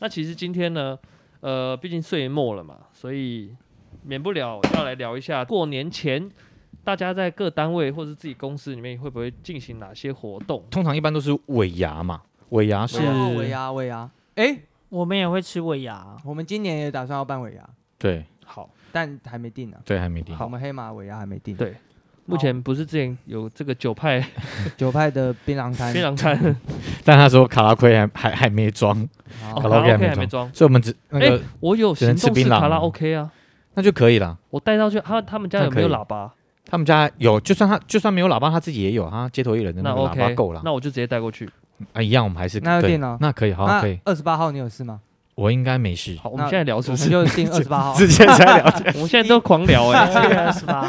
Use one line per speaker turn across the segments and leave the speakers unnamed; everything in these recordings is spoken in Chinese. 那其实今天呢，呃，毕竟岁末了嘛，所以免不了要来聊一下过年前大家在各单位或者自己公司里面会不会进行哪些活动？
通常一般都是尾牙嘛，尾牙是
对啊
尾牙尾牙，哎，
我们也会吃尾牙，
我们今年也打算要办尾牙，
对
好，
但还没定呢。啊
对还没定。
我们黑马尾牙还没定。
对目前不是之前有这个九派
九派的槟榔摊
非，常餐，
但他说卡拉奎还还还没装，
好
哦卡
拉
拉
OK 还
OK
没
还没装。
所以我们只那
哎
个、
我有
只
行
能吃
动式
槟榔
卡拉
吗
OK 啊，
那就可以了。
我带到去，他他们家有没有
那
喇
可以
叭？
他们家有，就算他就算没有喇叭，他自己也有啊。街头艺人的
那
那个喇
OK，
叭够了
那我就直接带过去。
啊，一样我们还是
那就
对
定了
那可以，好
那
可以，
啊二十八号你有事吗？
我应该没事。
好，我们
那
现在聊是
我
不
们
是？
就定二十八 号，
直接在聊天。
我们现在都狂聊哎、
这个 是吧？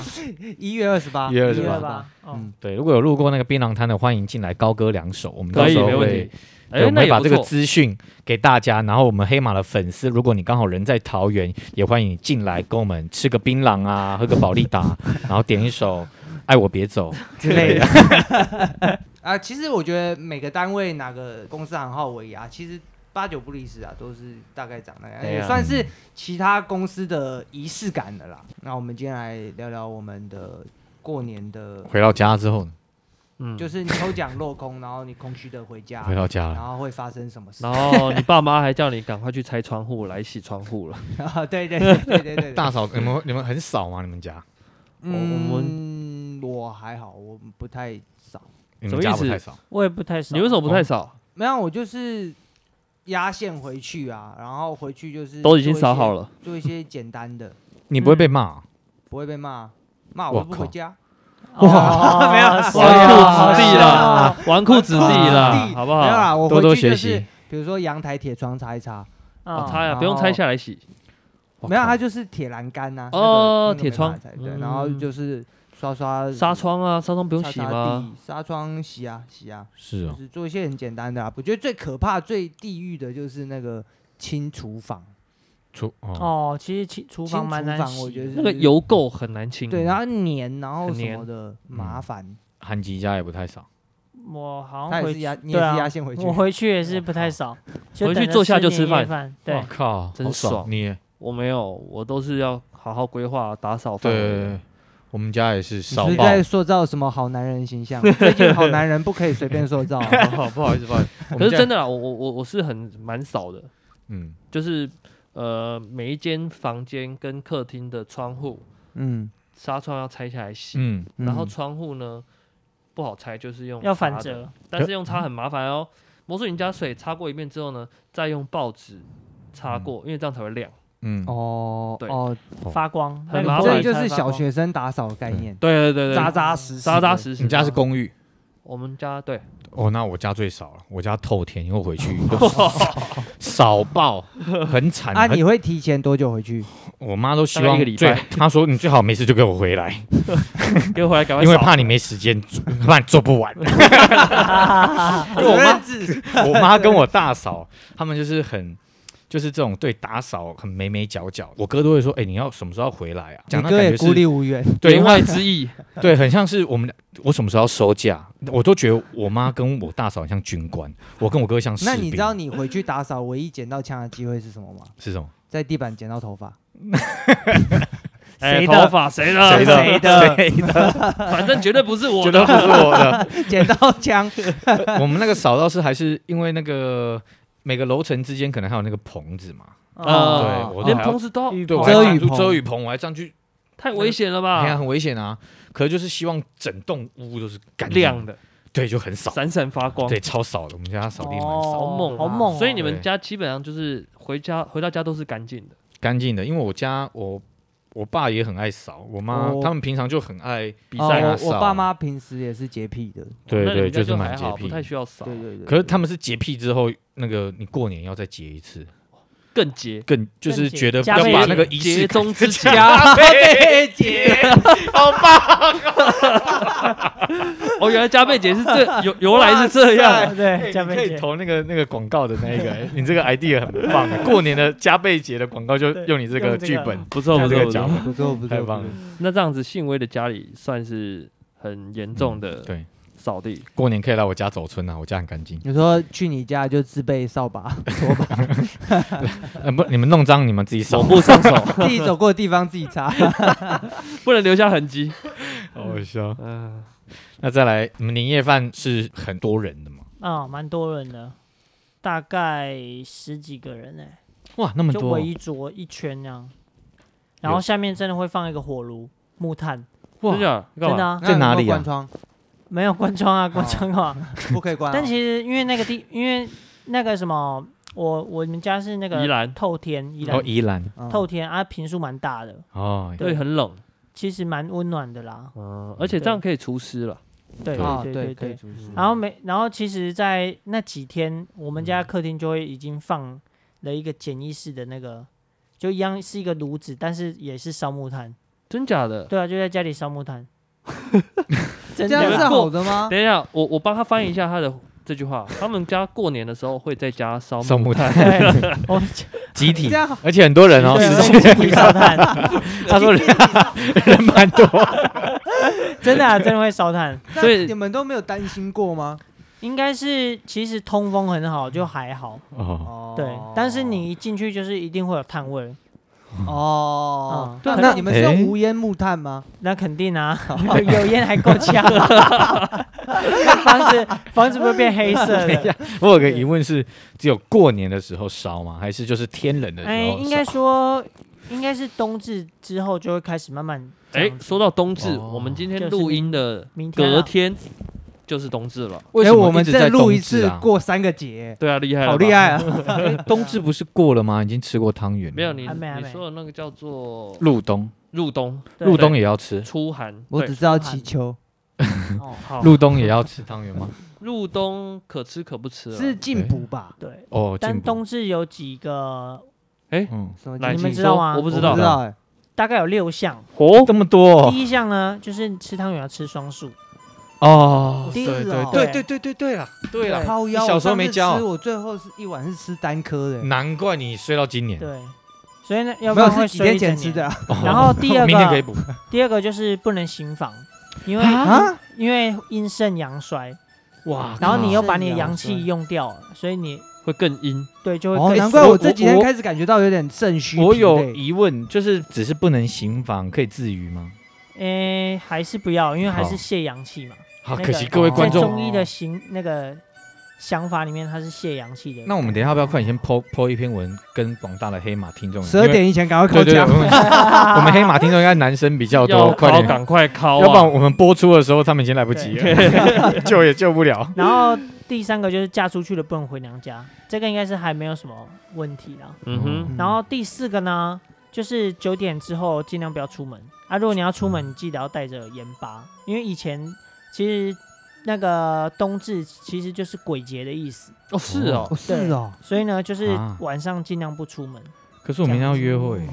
一月二十八，
1月
一
28
月吧，哦
嗯，
对，如果有路过那个槟榔摊的，欢迎进来高歌两首，我们到
可以
时候
没问题。。
会对，
哎，
我们
那
会
也
把
不
这个
错
资讯给大家，然后我们黑马的粉丝，如果你刚好人在桃园，也欢迎你进来跟我们吃个槟榔啊，喝个宝利 达，然后点一首《爱我别走》
之类的。啊，其实我觉得每个单位、哪个公司行号尾牙，其实八九不离十啊，都是大概长那样，
对啊
也算是其他公司的仪式感的啦。那我们今天来聊聊我们的过年的，
回到家之后，
嗯，
就是你抽奖落空，然后你空虚的回家，
回到家了，
然后会发生什 么事
然？后你爸妈还叫你赶快去拆窗户来洗窗户 了。
啊，对对对对对对对，
大嫂，你们你们很少吗？你们家？
我
嗯，我还好，我不太少，
你
什
们
么
家
意思
不太少。
我也不太熟。
你为什么不太少？
没有，我就是压线回去啊，然后回去就是
都已经扫
了。
好了，
做一些简单的，
你不会被骂啊？
不会被骂，骂
我
我就不
靠
回家。
哇，哦 没有，
纨绔
哇
子弟啦，纨绔子弟啦
啊纨绔子，弟
好不
没有
好？
啦，我
多多
回去就
学
是
习，
比如说阳台铁窗擦一擦，
哦
啊，
拆啊，
嗯
不用拆下来洗。
我
没有，
靠
它就是铁栏杆呐。那个那
哦
个
铁窗
没办法拆对，然后
嗯
就是刷刷
纱，窗啊，纱窗不用
擦
洗
哦擦
吗？
地？纱窗洗啊洗啊，
是
就
哦，
是做一些很简单的啊。我觉得最可怕、最地狱的就是那个清厨房，
出哦，
哦，其实其厨
清
房蛮
厨
难
房
洗
我觉得
的
是
那个油垢很难清。
对，然后粘，然后
嗯很
什
黏
么的麻
嗯
烦。
韩吉家也不太少。
我好
他
像
也
回
是压，
去，
你也
对
是
啊
压，线回去哦
我。回去也是不太少，就
回去
等着
坐下就吃
年夜
饭
饭，
我
对，
靠，
真
好
爽
你也
我没有，我都是要好好规划打扫范围
对。，我们家也是
你
少
是不是
爆。
在塑造什么好男人形象？最近好男人不可以随便塑造啊。
好，不好意思，不好意思。
可是真
的，
的啦，我我我我是很蛮少的，
嗯，
就是呃，每一间房间跟客厅的窗户
嗯，
纱窗要拆下来洗，
嗯，
嗯
然后窗户呢不好拆，就是用
要
擦
反
的
折，
但是用擦很麻烦哦。魔术你加水擦过一遍之后呢，再用报纸擦过，因为这样才会亮。
嗯，
哦，
对
哦，
发光，
很
那个
麻
玻
这
烦
璃
就是
才发
小
光
学生打扫概念，
对对对
扎
对，
扎实实，
扎扎，实实。
你家是公寓？
我们家对，
哦，那我家最少了，我家透天，因为我回去 就少爆，很惨。
啊，
很
你会提前多久回去？
我妈都希
大概
望
一个礼
最
拜，
她说你最好没事就给我回来，
给我回来赶快
因为
扫
怕你没时间做，怕你做 不完。因为我妈
认字，
我妈跟我大嫂，他们就是很。就是这种对打扫很眉眉角角，我哥都会说：“哎、你要什么时候要回来啊？”
你
讲那
哥
感
也
觉
孤
是
立无援，
对，因
言
为
外之 意，
对，很像是我们俩，我什么时候要收假，我都觉得我妈跟我大嫂很像军官，我跟我哥像士兵。
那你知道你回去打扫唯一捡到枪的机会是什么吗？
是什么？
在地板捡到头发，
哎
谁
头
的
发呃谁的
谁的谁的
谁的？
反正绝对不是我
绝
的。
对不是我的。
捡到 枪，
我们那个嫂倒是还是因为那个每个楼层之间可能还有那个棚子嘛，
嗯
哦
啊
对我
连
还要
棚子都
雨
对，我
棚
还
遮
上
雨
去
棚
遮雨棚，我还上去，
太危险了
哎呀，
吧？
很危险啊。可是就是希望整栋屋都是干净
亮，的，
对，就很少，
闪闪发光。
对，超少的。我们家扫地蛮少，
哦
好猛啊
好猛哦，
所以你们
对
家基本上就是回家回到家都是干净的。
干净的，因为我家我。我爸也很爱扫，我妈、
哦
他们平常就很爱比
哦
赛啊、
我我
扫
爸妈平时也是洁癖的，
对
那你
对，
们家
是
就
蛮
还
洁
好，
癖
不。太需要扫，
对对对。
可是他们是洁癖之后，那个你过年要再洁一次，
更洁。
更就是
洁
觉得
加
要
倍
把
洁
那个仪式
节
感
中之节，
倍洁，好棒！
哦，原来加倍节是这由由来是这样，
对，
哎
加
你可
倍
以
姐，
投那个那个广告的那一个，哎你这个 idea 很棒啊。过年的加倍节的广告就
对
用你这
用
个
这个啊
剧本，
不错
加
不
这
错
个
不
脚
错。
不错不错，
太棒
不
了
错。
那这样子，信威的家里算是很严重的
嗯对，
扫地。
过年可以来我家走村啊，我家很干净。
你说去你家就自备扫把、 拖把，
呃，不，你们弄脏你 们自己
我
扫。
不松手，
自己走过的地方自己擦。
不能留下痕迹。
好笑。
嗯、
那再来，你们年夜饭是很多人的吗？
啊，蛮多人的，大概十几个人哎、
哇，那么
就
多
围一桌一圈那样，然后
有
下面真的会放一个火炉，木炭，
真
哇！
假？干
真
嘛？
的啊，
在哪里
那有没有关
啊
窗
没有关窗啊，关窗啊。
不可以哦关啊。
但其实因为那个地，因为那个什么，我我们家是那
宜
个
兰
透天，宜
哦，
兰
宜兰
嗯
透天啊，平数蛮大的，
哦，
对，很冷。
其实蛮温暖的啦。
嗯，而且这样可以除湿了。
对
啊
啊，
对
对
对
可以
对。
出事。
然后每然后其实，在那几天，我们家客厅就会已经放了一个简易式的那个，就一样是一个炉子，但是也是烧木炭。
真假的？
对啊，就在家里烧木炭。
这
真的
样是
啊，
好的吗？
等一下，我我帮他翻译一下他的这句话。他们家过年的时候会在家烧
扫
木
墓
炭，
对，我们家
集
这
体，
样好
而且很多人哦，
对啊
是
我们集体烧炭，
他说人人蛮多，
真的啊，真的会烧炭。
所
那
以
你们都没有担心过吗？
应该是其实通风很好，就还好。
哦，
哦
对，但是你一进去就是一定会有炭味，
哦
嗯，
对啊，
可
那
是
你们是用
诶
无烟木炭吗？
那肯定 啊，有烟还够呛。啊房子房子不会变黑色
等一
的。
下，我有个疑问是，只有过年的时候烧吗？还是就是天冷的时
哎，
候烧？
应该说应该是冬至之后就会开始慢慢。
哎，说到冬至，
哦
我们今
就
天
是
录音的
明天啊
隔天就是冬至了。
为
哎，
什么
我们
一直在
再录一
冬至
次
啊
过三个节，
对啊，厉害了吧，
好厉害啊！
哎冬至不是过了吗？已经吃过汤圆了，
没有你
还没还
你
没
说的那个叫做
入冬，
入冬
对
入冬也要吃，
初寒，
我
对
只知道祈求
哦，
好
入冬也要吃汤圆吗？
入冬可吃可不吃了。啊
是哦进补吧？
对。
哦，
但
进步
冬至有几个，
嗯，
什么
来，
你
进
们
请
知道
说
吗
我不
补
知
我
道
不知。道哎，
大概有六项。
哦，这么多
第一项呢，就是吃汤圆要吃双数。
哦，
是
对对
哦
对对
对
对对对啦，对
啊
啦，
靠腰，
你小时候没教
我上次吃我最后是一碗是吃单颗的，
难怪你睡到今年，
对，所以呢，要不
没有
然会
是几
睡
天
一整
前吃
年
的。啊
哦
然后第二
明天可以
个，
补
第二个就是不能行房，因为
啊，
因为阴盛阳衰，
哇
然后你
要
又把你的
阴盛阳
阳
衰
气用掉了，所以你
会更阴。
对就
哦，
会
难怪
更
我
我这几天
我
开始感觉到有点肾虚疲惫。
我有疑问，就是只是不能行房，可以自愈吗？
诶还是不要，因为还
好
是泄阳气嘛。
好，
那
啊可
个
惜各位
哦
观
在
众，
中医的行那个想法里面，它是泄阳气的。
那我们等一下要不要快点先 po po 一篇文，跟广大的黑马听众，
十二
因为
点以前赶快跟
对
我讲
对，对我。们我们黑马听众应该男生比较
要
多，快
烤
点，
赶快烤
要不然
啊！
我们播出的时候他们已经来不及了， 救也救不了。
然后第三个就是嫁出去了不能回娘家，这个应该是还没有什么问题啦。
嗯哼，
嗯
然后第四个呢，就是九点之后尽量不要出门啊。如果你要出门，你记得要带着盐巴，因为以前其实那个冬至其实就是鬼节的意思，
哦是哦，
哦是
对
哦，
所以呢，就是
啊
晚上尽量不出门，
可是我明天要约会，
嗯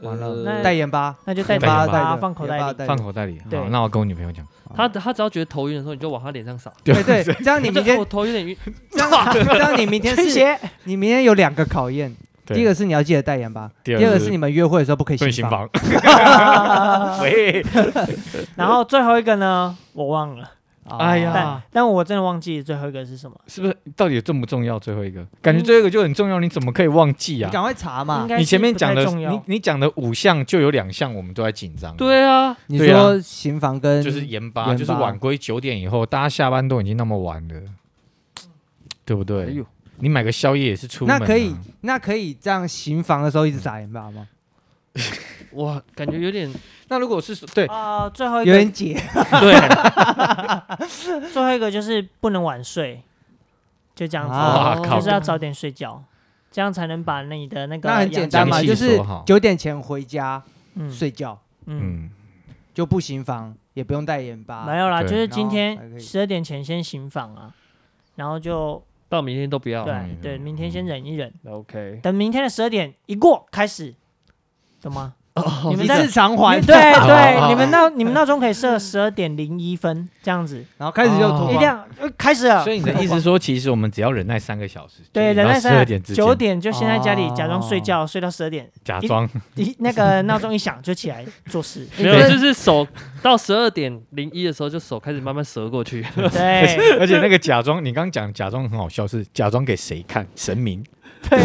完了
呃
代言吧，
那就带着
带盐
盐
巴
巴放口
盐巴
袋里。
带着
放口袋里。
对
好，那我跟我女朋友讲，
他他只要觉得头晕的时候，你就往他脸上撒。
哦对对，这样你明
我
天，
头有点晕，
这样这样你明天
驱
是，
邪，
你明天有两个考验，
对
第一个是你要记得代言吧，
第
第二个是你们约会的时候不可以
不能
行
行
房。
房。 喂，
然后最后一个呢，我忘了，
哦
哎
啊
呀
但但我真的忘记最后一个是什么。
是不是到底重不重要？最后一个，感觉最后一个就很重要，你怎么可以忘记
你
啊？
赶快查嘛
应。该
你前面
是不太
讲的，
重要
你你讲的五项就有两项我们都在紧张。。
对啊，
你
对啊
说行房跟
就是盐巴，
盐
就是
巴
晚归九点以后，大家下班都已经那么晚了，对不对？
哎呦
你买个宵夜也是出门、啊
那可以，，那可以这样行房的时候一直撒盐巴吗？
哇，感觉有点
那如果是对，
啊，最后一
有点
个，
解，
对，
最后一个就是不能晚睡，就这样子。
啊
哇靠
哦就是要早点睡觉，这样才能把你的那个
那很简单嘛，
阳气
就
详细
是
说好
九点前回家
嗯
睡觉，
嗯
嗯，
就不行房，也不用带盐
没
巴。
有啦，
对
就是今
然后还
天
可以
十二点前先行房啊，然后就
到明天都不要。
对
嗯
对，明天先忍一忍，
OK，
等明天的十二点一过开始，懂吗？你们
哦一
在
次偿还，
对
哦
对，你们闹你们闹钟可以设十二点零一分这样子，
然后开始就
哦
脱
一
光
定要呃开始 了
所。以你的意思说，其实我们只要忍耐三个小时，
对，忍耐
十二
三
点之哦间，
九点就先在家里假装睡觉，睡到十二点，
假装
一那个闹钟一响就起来 做事。
没有，
对
就是手到十二点零一的时候，就手开始慢慢折过去。
对，
而且那个假装，你刚刚讲假装很好笑，是 假装给谁看？神明，
根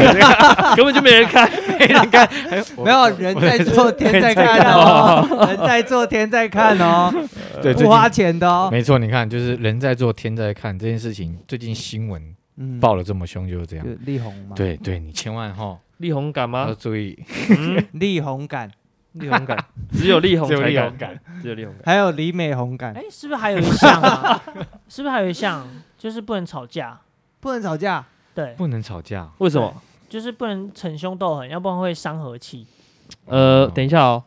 本就没人看。
没有人在做天在看 哦， 人在做天在看哦，
对，最
不
近
花钱的哦。
没错，你看，就是人在做，天在看这件事情，最近新闻
嗯，
爆了这么凶，就是这样
就。力宏嘛，，
对对，你千万哈
力宏敢
要
吗？
注意，
嗯，
力宏感，
力宏 敢，只有力宏
只有
才
力宏
敢，
感。
只有力宏敢。
还有李美宏感
哎，，是不是还有一项啊？是不是还有一项就是不能吵架？
不能吵架，
对，
不能吵架，
为什么？
就是不能逞凶斗狠，要不然会伤和气。
呃，
哦
等一下哦，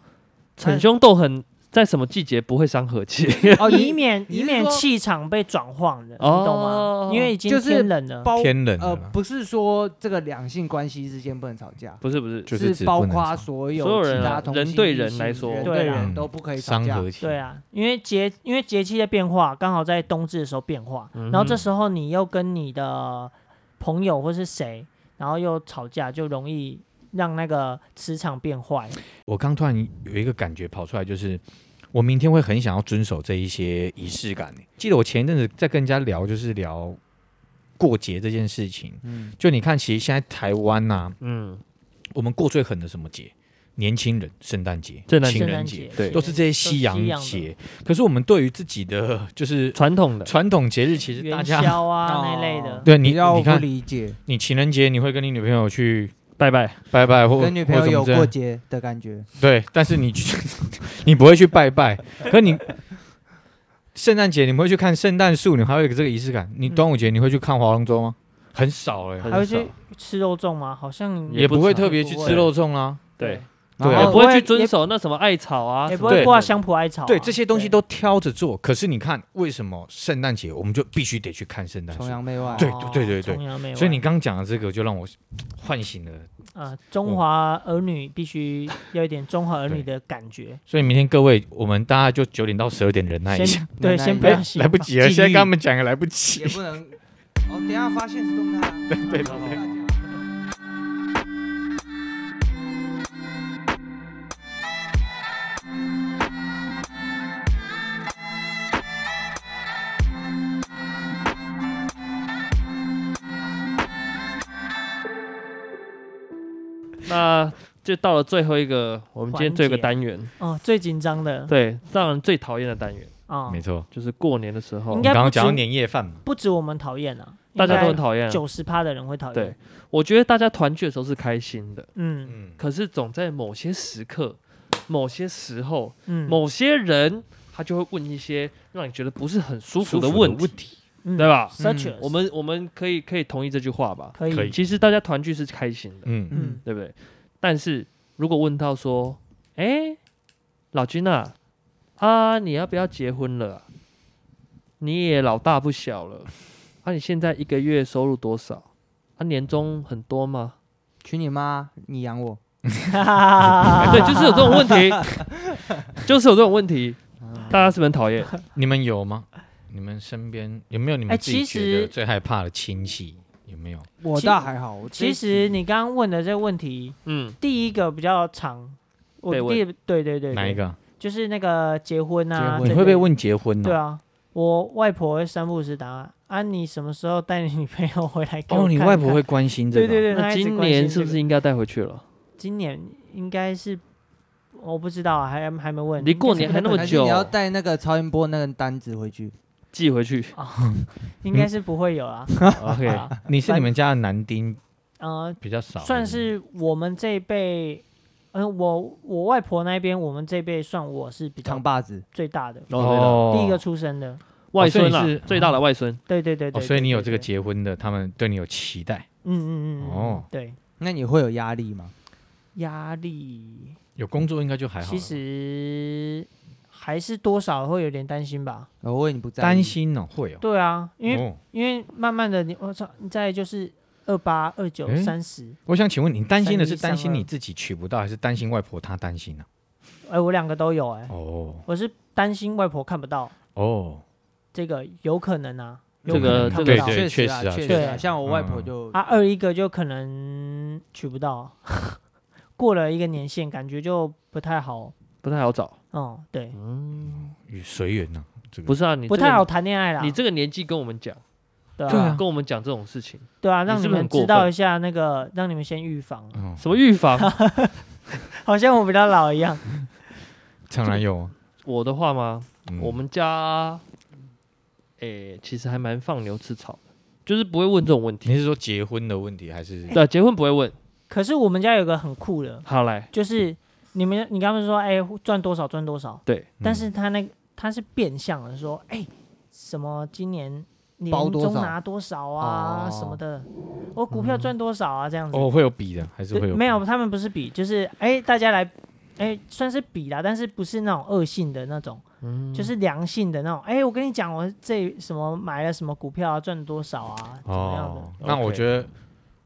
逞凶斗狠在什么季节不会伤和 气？
哦，
以
你
免
你
以
是
免
说
气场被转换了，你
哦
懂吗？因为已经
就是
天冷了，
包
天冷
呃
了，啦，
不是说这个两性关系之间不能吵架，
不是不是，
就是只
包
不能
括
吵
所有
所有人
其
啊
他同性
人对人
异性
来说
人
对
对
啦
人
嗯
都不可以吵
伤
架。
和气。
对啊，因为节因为节气的变化，刚好在冬至的时候变化，
嗯哼
然后这时候你又跟你的朋友或是谁，然后又吵架，就容易让那个磁场变坏。
我刚突然有一个感觉跑出来，就是我明天会很想要遵守这一些仪式感。欸记得我前一阵子在跟人家聊，就是聊过节这件事情。
嗯，
就你看，其实现在台湾呐、
嗯，
我们过最狠的什么节？年轻人，圣诞节、
圣诞节
情
圣诞
人
节
节，
对
都是这些西
都是西
洋
洋的
节。可是我们对于自己的就是
传统的
传统节日，其实大
元
家
宵啊、
哦
那类的，
对你
比较
你
不
看，
理解，
你情人节你会跟你女朋友去
拜拜，
拜拜，或
跟女朋友
或怎么
有
这样
过节的感觉，
对，但是你去 你不会去拜拜，可你圣诞节你们会去看圣诞树，你还会有这个仪式感。你
嗯欸
端午节你会去看划龙舟吗？很少哎、
很
还会
少
去吃肉粽吗？好像
也
也不会
不常
特别去
不
吃
会
肉粽啦、
对，
对啊
然
也
后
不会
哦也
去遵守那什么艾草啊，什
也不
么
会
对
挂香蒲艾草啊、
对，这些东西
对
都挑着做。可是你看，为什么圣诞节我们就必须得去看圣诞树
崇？洋媚外，啊
对
哦
对对对
崇洋媚外
所以你刚讲的这个就让我唤醒了。
呃，中华儿女必须要一点中华儿女的感觉，
所以明天各位，我们大家就九点到十二点忍耐一下
先。对，
忍耐一
先不
下
要
哎
洗
来不及了，
记忆
现在跟他们讲也来不及
也。不能。哦，等一下发现实动态啊。啊对对对。
那就到了最后一个，我们今天最后一个单元，
哦，最紧张的
对，让人最讨厌的单元
啊，
没错，
就是过年的时候
应
你
该，
刚刚
不止
讲到年夜饭嘛，
不止我们讨厌啊，
大家都很讨厌啊。
九十趴的人会讨厌。
对，我觉得大家团聚的时候是开心的，
嗯
嗯，
可是总在某些时刻、某些时候、
嗯，
某些人，他就会问一些让你觉得不是很舒服的问题，
题
嗯
对吧？
Searchers
我们我们可以可以同意这句话吧？
可以
可以
其实大家团聚是开心的，
嗯，
嗯
对不对？但是如果问到说，哎，老君啊，啊，你要不要结婚了啊？你也老大不小 了，啊，你现在一个月收入多少？啊，年终很多吗？
娶你妈，你养我。
哎对，就是有这种问题， 就是有这种问题，大家是不是很讨厌？
你们有吗？你们身边有没有你
哎
们自己觉
其实
得最害怕的亲戚？有没有？
我
其
倒还好，我
其实你刚刚问的这个问题，
嗯，
第一个比较长，我
被问
第一对对对对
哪一？个？
就是那个结婚啊，
结婚
这
你
类的？
结婚
对啊，我外婆会三不五时打啊，你什么时候带你女朋友回来给我
哦，你
看
外婆
看
会关心这
对
个？啊
对对，她
那
一直
今
关心
年
这
是不
个
是应该带回去了？
今年应该是我不知道啊，还还没问。
离过
应该是
年还那么
还是
久
你要带那个超音波那个单子回去。
寄回 去
应该是不会有啊。
，OK，
啊
你是你们家的男丁
呃，
比较少，
算是我们这一辈，嗯、我我外婆那边，我们这一辈算我是比较
长把子，
最大的，
哦，
第一个出生的。
外孙
哦
啦
所
嗯
以你是，
最大的外孙，
对对对
哦，
对
所以你有这个
对对
结婚的，他们对你有期待，
嗯嗯嗯，哦
哦，
对，
那你会有压力吗？
压力
有工作应该就还好了。
其实还是多少会有点担心吧。
呃我为你不在意
担，心哦，会哦，
对啊，因为
哦
因为慢慢的你我操，再来就是二八、二九、
诶
三十，
我想请问你担心的是
三一
担心
三二
你自己娶不到，还是担心外婆她担心呢、
哎，我两个都有哎、
哦
我是担心外婆看不到，
哦，
这个有可能啊，有
这
可能
个这
看不
个
到
对对
确啊，
确实啊
确
确实
啊，
啊
像我外婆
嗯
就
啊，二一个就可能娶不到， 过了一个年限，感觉就不太好，
不太好找。
嗯，对，
嗯，
与随缘呢、这个
不是啊，你
不
这个
太好谈恋爱啦，
你这个年纪跟我们讲，
对
对
啊
啊，
跟我们讲这种事情，
对啊，
你
让
是不是
你们
很过
知道
分
一下那个，让你们先预防 啊，
嗯，
什么预防？
好像我比较老一样，
当然有啊。
我的话吗？
嗯
我们家，诶、其实还蛮放牛吃草的，就是不会问这种问题。
你是说结婚的问题，还
哎
是
对，啊结婚不会问。
可是我们家有个很酷的，
好来，
就是你们你刚刚说，哎，赚多少赚多少，
对，
嗯
但是他那他是变相的说，哎、什么今年年
包多
终
少
拿多少啊
哦
什么的，我股票赚多少啊这样子。
哦会有比的，还是
对
会有比
没有，他们不是比，就是哎、大家来，哎、算是比啦，但是不是那种恶性的那种，
嗯
就是良性的那种。哎、我跟你讲，我这什么买了什么股票啊，赚多少啊，怎么样的？
哦？那我
OK
觉得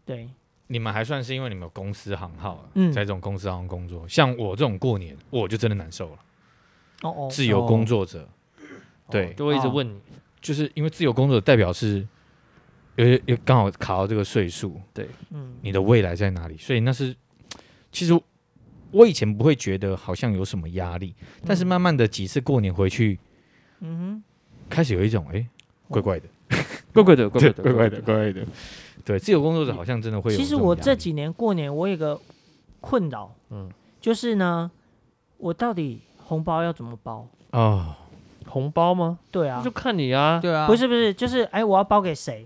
对，
你们还算是因为你们有公司行号啊，
嗯
在这种公司行工作，像我这种过年我就真的难受了，
哦哦，
自由工作者，对，
就会一直问你。
就是因为自由工作者代表是。有有刚好卡到这个岁数，
嗯，
你的未来在哪里？所以那是，其实我以前不会觉得好像有什么压力，但是
嗯
慢慢的几次过年回去，
嗯
开始有一种哎、怪怪的，
怪怪的，怪怪
对，
的，
怪怪的，怪怪的。对，自由工作者好像真的
哼，
会有。
其实我这，几年过年我有个困扰，
嗯
就是呢，我到底红包要怎么包？
哦，
红包吗？
对啊
那就，看你啊，
对啊，
不是不是，就是哎，我要包给谁？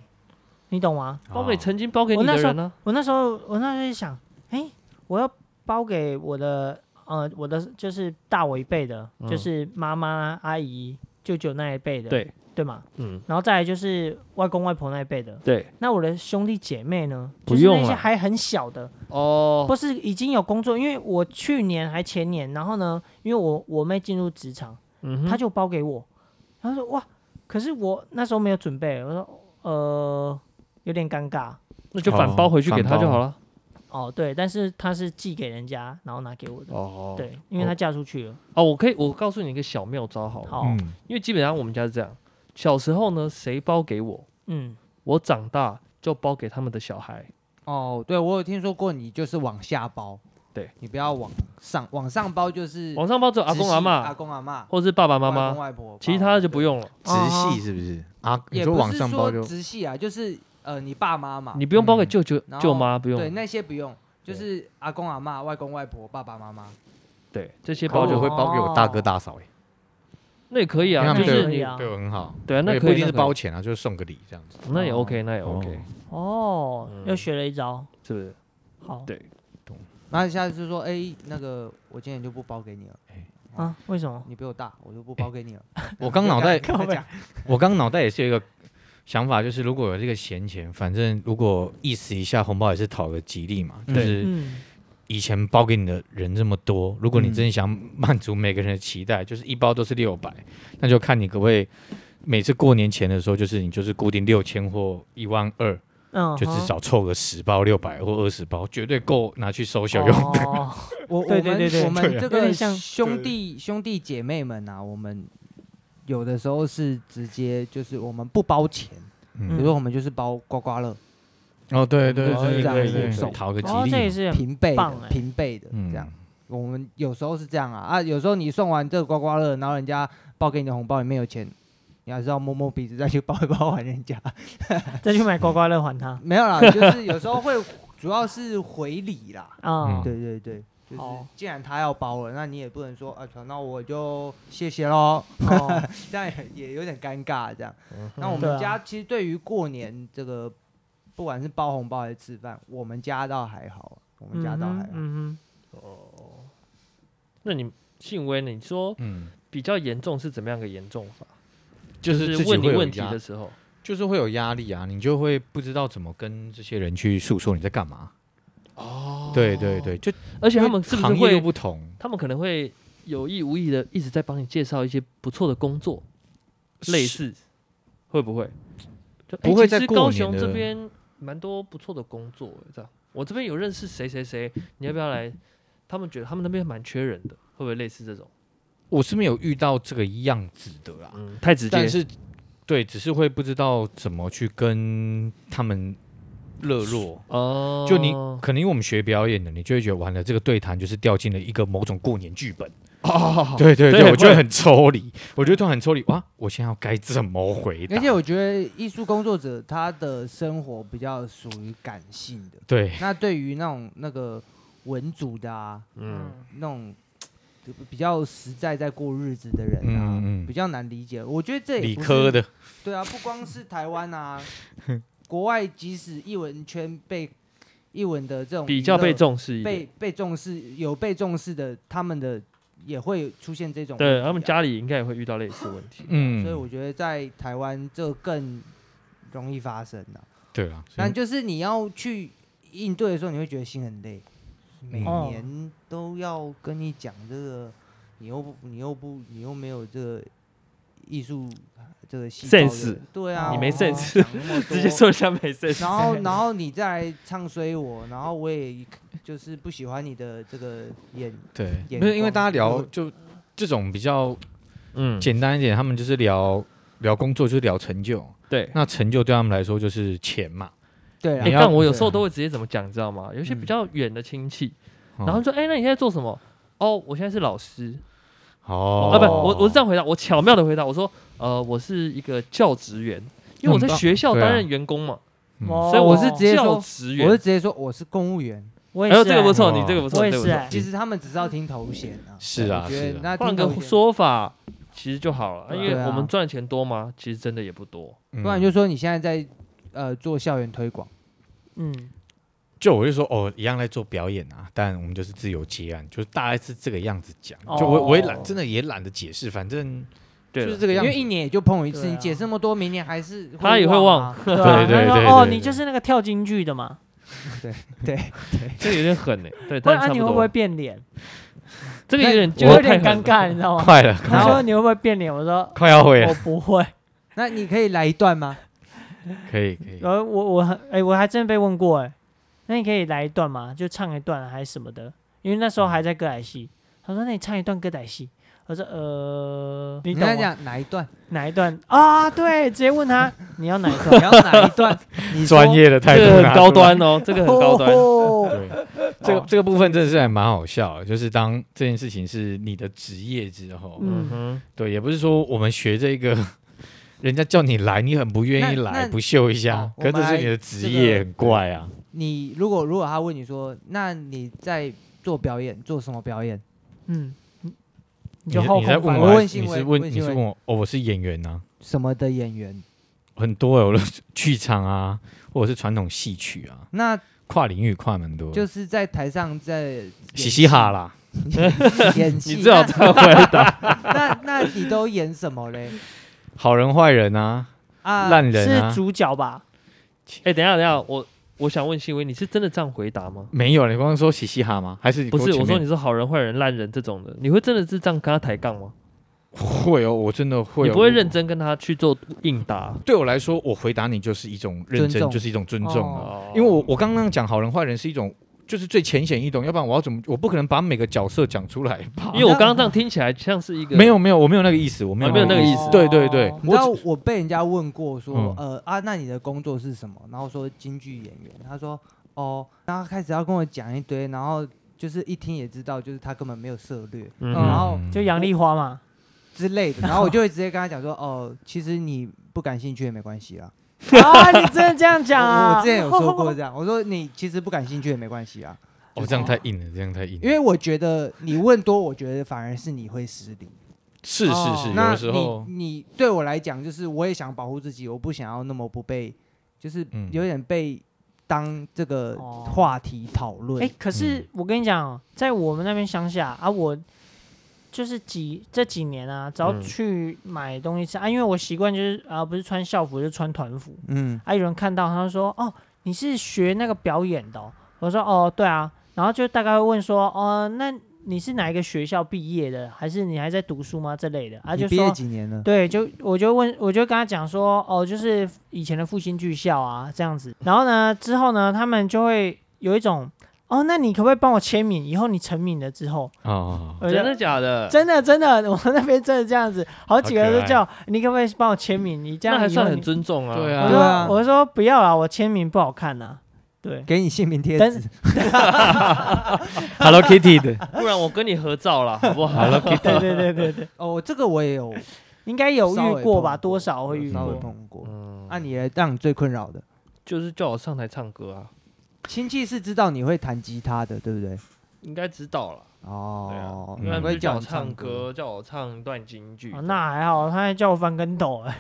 你懂吗？
包给
哦
曾经包给你
我那
的
时候
人啊呢、
我那时候我那时候就想，哎，我要包给我的呃我的就是大我一辈的，就
嗯
是妈妈、阿姨、舅舅那一辈的，
对，
对嘛。
嗯，
然后再来就是外公外婆那一辈的。
对，
那我的兄弟姐妹呢？
不
就是
用
那些
啦
还很小的，
哦，
不是已经有工作，因为我去年还前年，然后呢，因为我我妹进入职场。
嗯
他
哼，
就包给我。他说哇，可是我那时候没有准备，我说呃有点尴尬
那就
哦
反包回去给他就好了。
哦，对，但是他是寄给人家，然后拿给我的，
哦，，
对，因为他嫁出去了，
哦，我可以，我告诉你一个小妙招好了，
好，
嗯，
因为基本上我们家是这样，小时候呢，谁包给我，
嗯，
我长大就包给他们的小孩。
哦，对我有听说过，你就是往下包，
对
你不要往上，往上包就是
往上包只有阿公
直系
阿
阿
妈，
公阿妈、
或是爸爸妈
外公
妈，
外婆，
其他的就不
用。
用了。
直系是不是啊？
也
你
不
说
是
往上包就
说直系啊，就是呃你爸妈嘛，
你不用包给
嗯
舅舅、
然后
舅妈，不用。
对那些不用，就是阿公阿妈、外公外婆、爸爸妈妈。
对这些
可哦
包
我
就
会
会，
包给我大哥大嫂哎，
那也可以
因为
啊，
他
就
们
是
可以
你
啊
对我很好。
对啊，那
也
可
不
以
一定是
那可以
包钱啊，就是送个礼这样子。
那也 OK，那也
哦
OK，
哦，
嗯
又学了一招，
是不是？
好，
对
然后下次说，哎，那个我今天就不包给你了，
啊，为什么？
你比我大，我就不包给你了。
我刚脑 袋，
跟他讲，
我刚脑袋也是有一个想法，就是如果有这个闲钱，反正如果意思一下红包也是讨个吉利嘛，就是
嗯，
以前包给你的人这么多，如果你真的想满足每个人的期待，就是一包都是六百，那就看你可不可以每次过年前的时候，就是你就是固定六千或一万二，
嗯，
就至
哼
少凑个十包六百或二十包，绝对够拿去收小用。
哦，
我
对对对对
我们我们
对啊
这
有
个
点像
兄弟兄弟姐妹们啊，我们有的时候是直接就是我们不包钱，比如
嗯，
说我们就是包刮刮乐，
哦，对
对对对对对
讨个吉
哦，这也
利。
是很
平辈
棒
的
哎
平辈的
嗯
这样。我们有时候是这样啊啊，有时候你送完这个刮刮乐，然后人家包给你的红包里面有钱，你还是要摸摸鼻子再去包一包还人家。
再去买刮刮乐还他
没有啦，就是有时候会，主要是回礼啦。
啊
嗯，
对对对，就是
好
既然他要包了，那你也不能说啊，那我就谢谢 喽，
哦，
这样也也有点尴尬这样。
嗯
那我
对
们
啊
家其实对于过年这个，不管是包红包还是吃饭，我们家倒还好啊，我们家倒还好。
嗯哼嗯
哦，那你信威，你说
嗯，
比较严重是怎么样个严重法？
就
就是
自己
问你
会有
问题
压
的时候，
就是会有压力啊，你就会不知道怎么跟这些人去诉说你在干嘛。
哦
对对，对，就
而且他们是不是
行业又
会，
不同，
他们可能会有意无意的一直在帮你介绍一些不错的工作，类似会不会？就哎哎
不会
其
在
实
过
高
年
雄这
的
边蛮多不错的工作欸，这样。我这边有认识谁谁谁，你要不要来？他们觉得他们那边蛮缺人的，会不会类似这种？
我是没有遇到这个样子的啦，
嗯，太直接
但。是对，只是会不知道怎么去跟他们热络。
哦，
就你可能因为我们学表演的，你就会觉得完了，这个对谈就是掉进了一个某种过年剧本。
哦，
对对
对
对，我觉
会
得很抽离，我觉得突然很抽离。哇，我现在要该怎么回答？
而且我觉得艺术工作者他的生活比较属于感性的，
对
那对于那种那个文组的啊，
嗯，
那种嘖比较实在在过日子的人啊，
嗯嗯嗯
比较难理解。我觉得这也
理
不是
科的，
对啊，不光是台湾啊，国外即使艺文圈被艺文的这种
比较被
重
重视一点。
被被重视，有被重视的，他们的也会出现这种问
对
题啊
他们家里应该也会遇到类似问题。
嗯，
所以我觉得在台湾这更容易发生啊。
对啊，所以
但就是你要去应对的时候，你会觉得心很累，
嗯
每
哦
年都要跟你讲这个，你又不你又不你又没有这个艺术这个细胞的
Sense
对啊，
你没
sense，直接
说。
说人家没 sense。
然后，然后你再来唱衰我，然后我也就是不喜欢你的这个演，
对，
眼
不是因
光哦
为大家聊
就
就这种比较
嗯，
简单一点，他们就是聊聊工作，就是聊成就。
对。
那成就对他们来说就是钱嘛。
对啊嗯
哎，
你要
但我有时候都会直接怎么讲，你知道吗？有一些比较远的亲戚，
哦
然后说：“哎，那你现在做什么？”哦，我现在是老师。
哦
啊，不，我我是这样回答，我巧妙的回答，我说：“呃，我是一个教职员，因为我在
嗯
很棒
学校
对啊
担任员工嘛，
嗯
哦
所以我是
直接
教
说
职
啊我是啊
员。
直接说我是公务员。
我”也
哎
是、
呦，
啊，
这个不错，
哦
你这个不
我
错，
也
这个不
是
错
哎。
其实他们只是要听头衔啊。
是啊
我觉
是
得
啊
那
换
听
个
头衔，
说法，其实就好了，因为
对啊
我们赚的钱多吗？其实真的也不多。
嗯
不然就说你现在在呃做校园推广，
嗯，
就我就说哦，一样在做表演啊，但我们就是自由接案，就是大概是这个样子讲。就我我也懒，真的也懒得解释，反正
对啊
就
了
是这个
因
样
为
子。
一年也就碰我一次，
对啊
你解释那么多，明年还是会
他也会
忘啊。
对
对
啊
对
他
对
说哦，
对
你
对
就是那个跳京剧的嘛，
这个有点狠哎，对，
不
但
然
是
啊
差
你会
多
不会变脸？
这个有点
就
这个
有点
太狠
尴
了
尬，你知 道吗？
哦快了，
他说你会不会变脸？我说
快要会
我
啊
了，
不会。
那你可以来一段吗？
可以可以
然。后我我哎、我还真被问过哎、那你可以来一段吗？就唱一段还是什么的？因为那时候还在歌仔戏。他说那你唱一段歌仔戏。我说呃，你
你啊
懂
在
我
讲哪一 段？
哪一段啊？对，直接问他你要哪一
你
段？
要哪一段？你说
专业的态
这
度
个很
拿
高
出来
端哦，这个很高端。
哦
对，这个
哦
这个部分真的是还蛮好笑的，就是当这件事情是你的职业之后，
嗯
嗯哼，
对，也不是说我们学这个， 人家叫你来，你很不愿意
那那
来，不秀一下
好，
可是
我们
这是
来
你的职
这
业，
个
很怪啊。
你如果如果他问你说，那你在做表演，做什么表演？
嗯，你
你
就后
你在
空
问
翻
我
还
问
是
新
你是
闻
问
问
你
新
是
闻
问我哦，我是演员呐，
什么的演员？
很多欸我的 剧场啊，或者是传统戏曲啊，
那
跨领域跨蛮多的，
就是在台上在
嘻嘻哈
啦，
啦。
演戏。
你最好这样回答。
那那那你都演什么嘞？
好人坏人啊，
啊，
烂人
是
啊，
主角吧？
哎，等一下，等一下，我我想问新威，你是真的这样回答吗？
没有，你刚刚说嘻嘻哈吗？还是你
不
跟
是，我
前
说
面
你是好人、坏人、烂人这种的，你会真的是这样跟他抬杠吗？
会哦，我真的会哦，
你不会
我
认真跟他去做应答？
对我来说，我回答你就是一种认
尊
真，
重
就是一种尊重
哦
了。
哦
因为我我刚刚讲好人坏人是一种，就是最浅显易懂，要不然我要怎么？我不可能把每个角色讲出来吧？
因为我刚刚这样听起来像是一个
没有没有，我没有那个意思，我没有
哦没有那个意
思。
思
对对对，
哦你知
我
道
只
我被人家问过说
嗯，
呃啊，那你的工作是什么？然后说京剧演员，他说哦，然后开始要跟我讲一堆，然后就是一听也知道，就是他根本没有涉略
嗯
然
后
嗯
就杨丽花嘛。
之类的，然后我就会直接跟他讲说，哦，其实你不感兴趣也没关系啦。
啊，你真的这样讲
哦我
啊？
我之前有说过这样，我说你其实不感兴趣也没关系啊，
哦，这样太硬了，这样太硬了。
因为我觉得你问多，我觉得反而是你会失礼。
是是是，有
那
的时候
你哦你对我来讲，就是我也想保护自己，我不想要那么不被，就是
嗯
有点被当这个
哦
话题讨论。
哎、可是
嗯
我跟你讲，在我们那边乡下啊，我就是几这几年啊，只要
嗯
去买东西吃、啊，因为我习惯就是啊，不是穿校服就穿团服
嗯，
啊。有人看到他就说：“哦，你是学那个表演的哦、我说：“哦，对啊。”然后就大概会问说：“哦，那你是哪一个学校毕业的，还是你还在读书吗这类的，啊
你
就
毕业
说
几年了？
对，就我就问，我就跟他讲说，哦，就是以前的复兴剧校啊，这样子。然后呢，之后呢，他们就会有一种，哦，那你可不可以帮我签名？以后你成名了之后，
哦，
我就
真的假的？
真的真的，我那边真的这样子，好几个
好可
人
爱
都叫你可不可以帮我签名？你这
那
样
还
以后
算很
你
尊重啊。
对啊
我
对
说、
啊
我说不要啦，我签名不好看呐、对，
给你姓名贴
但
纸，
，Hello Kitty 的
不然我跟你合照啦，好不 好？
，Hello Kitty，
对对对对对，
哦，这个我也有
应该 有
稍
遇
微
过
碰
吧？多少会遇
稍微
过。
碰过。
嗯，
那啊你来让你最困扰的
就是叫我上台唱歌啊，
亲戚是知道你会弹吉他的，对不对？
应该知道了。对啊
哦，
嗯
因为
难
他
怪
们就叫我
你
唱
歌，
歌，叫我唱一段京剧
哦。那还好，他还叫我翻跟斗哎、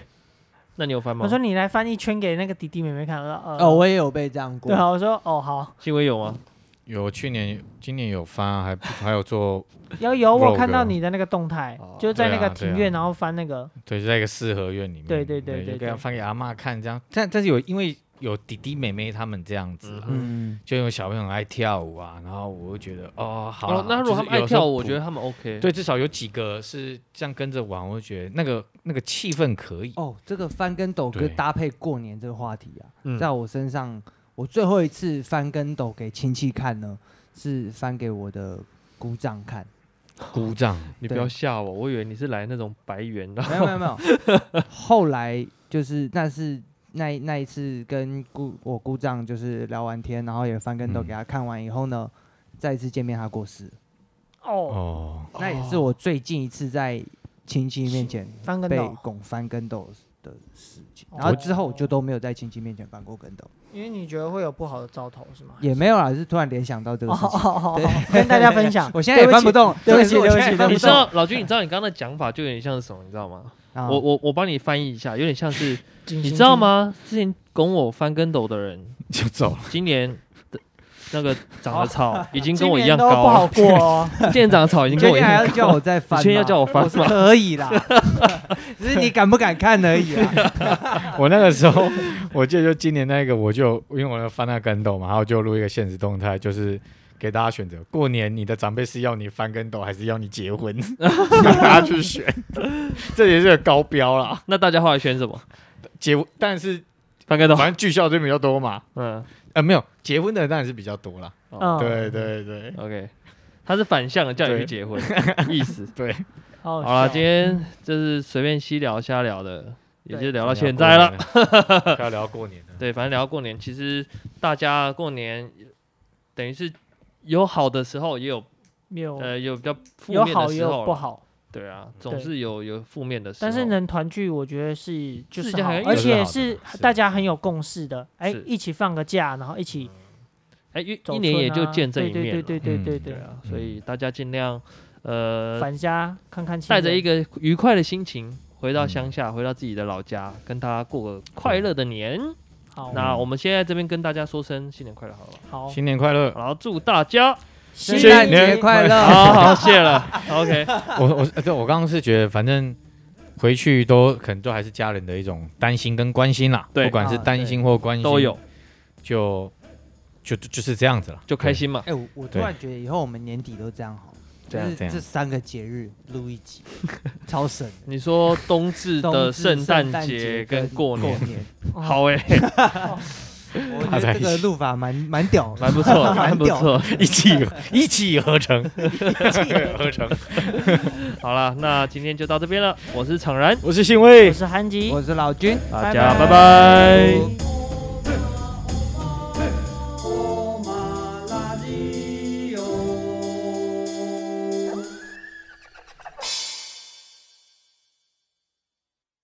那你有翻吗
我？说你来翻一圈给那个弟弟妹妹看。我说呃，
哦，我也有被这样过
对。啊，我说哦好，
新闻有吗？
有去年、今年有发，还还有做，
有有我
Vlog
看到你的那个动态
哦，
就在那
对
个
啊
庭
对
院，
啊
然后翻那个，
对，就在一个四合院里面，
对对对对
就给
对
他翻给阿嬷看这样。但但是有因为有弟弟妹妹他们这样子啦，
嗯，
就有小朋友很爱跳舞啊，然后我就觉得哦，好啦
哦，那如果他们爱跳舞，我觉。
就是有
得
时候
他们 OK。
不对，至少有几个是这样跟着玩，我就觉得那个那个气氛可以。
哦，这个翻跟斗歌
对
搭配过年这个话题啊，
嗯，
在我身上，我最后一次翻跟斗给亲戚看呢，是翻给我的姑丈看。
鼓掌，
你不要吓我，我以为你是来那种白猿的。
没有没有没有，后来就是那是那那一次跟姑我姑丈就是聊完天，然后也翻跟斗
嗯
给他看完以后呢，再一次见面他过世了，
哦，
哦，
那也是我最近一次在亲戚面前
哦翻跟
被
斗，
拱翻跟斗的事情。
哦
然后之后我就都没有在亲戚面前翻过跟斗，
因为你觉得会有不好的兆头是吗？
也没有啦，是突然联想到这
哦
个事情。
哦 哦
对，，
跟大家分享
我现在也
对
翻
不
不
起，
动，
对不起
重点是我现
对不起
在也翻
你
不
知
动
道老君，你知道你刚刚的讲法就有点像是什么，你知道吗？
啊
我我我帮你翻译一下，有点像是
你
你知道？吗？之前拱我翻跟斗的人，
就走了。
今年的那个长得草已经
今
跟我一
年
样
都不
高啊
好
了，
过哦。
今年长得草已
你
经
确
跟我一
定还
样
要
高
叫
了。
我再翻吗？
你确定要叫我翻
我是
吗？
可以啦， 只是你敢不敢看而已 啊。
我那个时候，我记得就今年那个，我就因为我要翻那跟斗嘛，然后就录一个现实动态，就是给大家选择，过年你的长辈是要你翻跟斗，还是要你结 婚，让大家去选。这也是个高标啦，
那大家后来选什么？
结婚但是
翻 跟斗。
反正剧校这边比较多嘛，
嗯，
呃，没有结婚的当然是比较多啦。
哦
嗯
对对对，
，OK，他是反向的叫你去结婚，意 思。
好
好了，
笑
今天就是随便瞎聊瞎聊的，也就聊到现在了。
要聊过年了，
对，反正聊到过年，其实大家过年等于是有好的时候，也有
没有
呃有比较负
有
面的
好也
时
有
候
不
啦。
好，
对啊，总
对
是哦有有负面的时候。
但是，能团聚，我觉得是就是
一
是
件
好
很，
而且
有是
是
好的
大家很有共识的，哎
啊是，
一起放个假，然后一起
哎，一
走
一年
村
也就
啊
见这一面
对
了。
对对对对
嗯
对
对啊，
嗯
所以大家尽量呃
返家看看亲
带
人，
着一个愉快的心情回到
嗯
乡下，回到自己的老家，跟他过个快乐的年。
嗯好
那我们现在这边跟大家说声新年快乐，好了吧？
好
新年快乐！
好，祝大 家
新
新
诞
年
节快乐！
好好谢了，OK，
我我呃对我刚刚是觉得，反正回去都可能都还是家人的一种担心跟关心啦，
对
不管是担心或关心
都有，
就就就就是这样子了，
就开心嘛。
哎，我我突
对
然觉得以后我们年底都这样好了，
这
啊
就
样
是
这样
这三个节日录一 集，超神的。
你说冬至的
冬至
圣诞
诞
节
节
跟过
年
年，，
哦
好哎、欸，
我
搭
觉
在
得
一
这
起
个录法蛮蛮屌的。
蛮不错，蛮
蛮
不
屌
错。
对一气一气呵成， 一气呵成。
好了，那今天就到这边了，我是常然，
我是欣慰
我，是韩吉，
我是老君，
大家
拜
拜拜
拜